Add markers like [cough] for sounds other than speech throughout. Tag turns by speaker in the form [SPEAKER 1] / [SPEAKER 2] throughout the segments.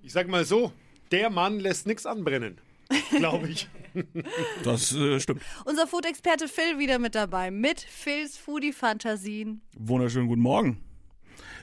[SPEAKER 1] ich sag mal so, der Mann lässt nichts anbrennen, glaube
[SPEAKER 2] [laughs]
[SPEAKER 1] ich.
[SPEAKER 2] Das äh, stimmt.
[SPEAKER 3] Unser Food-Experte Phil wieder mit dabei, mit Phils Foodie-Fantasien.
[SPEAKER 2] Wunderschönen guten Morgen.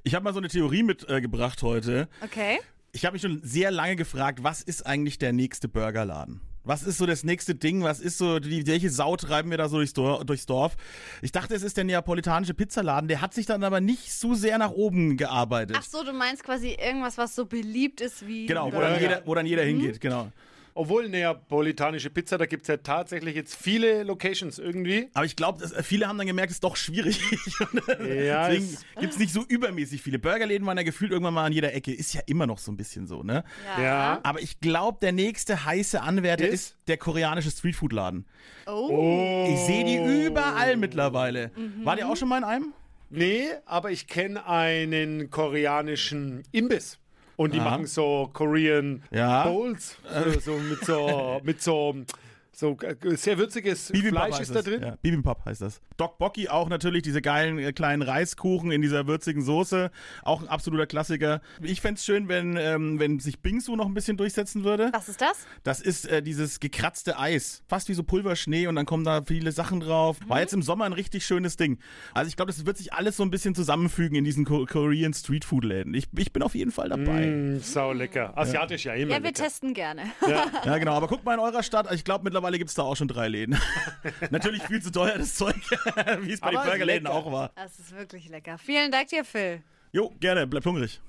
[SPEAKER 2] Ich habe mal so eine Theorie mitgebracht äh, heute.
[SPEAKER 3] Okay?
[SPEAKER 2] Ich habe mich schon sehr lange gefragt, was ist eigentlich der nächste Burgerladen? Was ist so das nächste Ding? Was ist so, die, welche Sau treiben wir da so durchs Dor- durchs Dorf? Ich dachte, es ist der neapolitanische Pizzaladen. Der hat sich dann aber nicht so sehr nach oben gearbeitet.
[SPEAKER 3] Ach so, du meinst quasi irgendwas, was so beliebt ist wie.
[SPEAKER 2] genau, wo
[SPEAKER 3] oder?
[SPEAKER 2] dann, jeder, wo dann
[SPEAKER 1] Mhm.
[SPEAKER 2] jeder hingeht, genau.
[SPEAKER 1] Obwohl neapolitanische Pizza, da gibt es ja tatsächlich jetzt viele Locations irgendwie.
[SPEAKER 2] Aber ich glaube, viele haben dann gemerkt, es ist doch schwierig. [laughs]
[SPEAKER 1] Ja,
[SPEAKER 2] Deswegen
[SPEAKER 1] es-
[SPEAKER 2] gibt's nicht so übermäßig viele. Burgerläden waren ja gefühlt irgendwann mal an jeder Ecke. Ist ja immer noch so ein bisschen so, ne?
[SPEAKER 1] Ja.
[SPEAKER 2] Aber ich glaube, der nächste heiße Anwärter
[SPEAKER 1] Ist?
[SPEAKER 2] ist, der koreanische Streetfood-Laden.
[SPEAKER 3] Oh.
[SPEAKER 2] Ich sehe die überall mittlerweile. War der auch schon mal in einem?
[SPEAKER 1] Nee, aber ich kenne einen koreanischen Imbiss. Und die
[SPEAKER 2] Aha.
[SPEAKER 1] machen so Korean
[SPEAKER 2] Ja.
[SPEAKER 1] Bowls. So, so mit
[SPEAKER 2] [laughs]
[SPEAKER 1] so, mit so, so äh, sehr würziges Fleisch
[SPEAKER 2] heißt
[SPEAKER 1] ist da
[SPEAKER 2] das.
[SPEAKER 1] drin.
[SPEAKER 2] Ja, Bibimbap heißt das. Doc Bocki auch natürlich diese geilen äh, kleinen Reiskuchen in dieser würzigen Soße. Auch ein absoluter Klassiker. Ich fänd's schön, wenn, ähm, wenn sich Bingsu noch ein bisschen durchsetzen würde.
[SPEAKER 3] Was ist das?
[SPEAKER 2] Das ist äh, dieses gekratzte Eis. Fast wie so Pulverschnee und dann kommen da viele Sachen drauf.
[SPEAKER 1] Mhm.
[SPEAKER 2] War jetzt im Sommer ein richtig schönes Ding. Also ich glaube, das wird sich alles so ein bisschen zusammenfügen in diesen Ko Korean Street Food Läden. Ich, ich bin auf jeden Fall dabei.
[SPEAKER 1] Mm, sau lecker. Asiatisch ja, immer.
[SPEAKER 3] Ja, wir
[SPEAKER 1] lecker.
[SPEAKER 3] testen gerne. [laughs]
[SPEAKER 2] Ja, genau. Aber guckt mal in eurer Stadt. Ich glaube, mittlerweile gibt's da auch schon drei Läden.
[SPEAKER 1] [laughs]
[SPEAKER 2] Natürlich viel zu teuer das Zeug, [laughs] wie es bei
[SPEAKER 1] Aber
[SPEAKER 2] den Burgerläden
[SPEAKER 1] lecker.
[SPEAKER 2] auch war.
[SPEAKER 3] Das ist wirklich lecker. Vielen Dank dir, Phil.
[SPEAKER 2] Jo, gerne. Bleibt hungrig.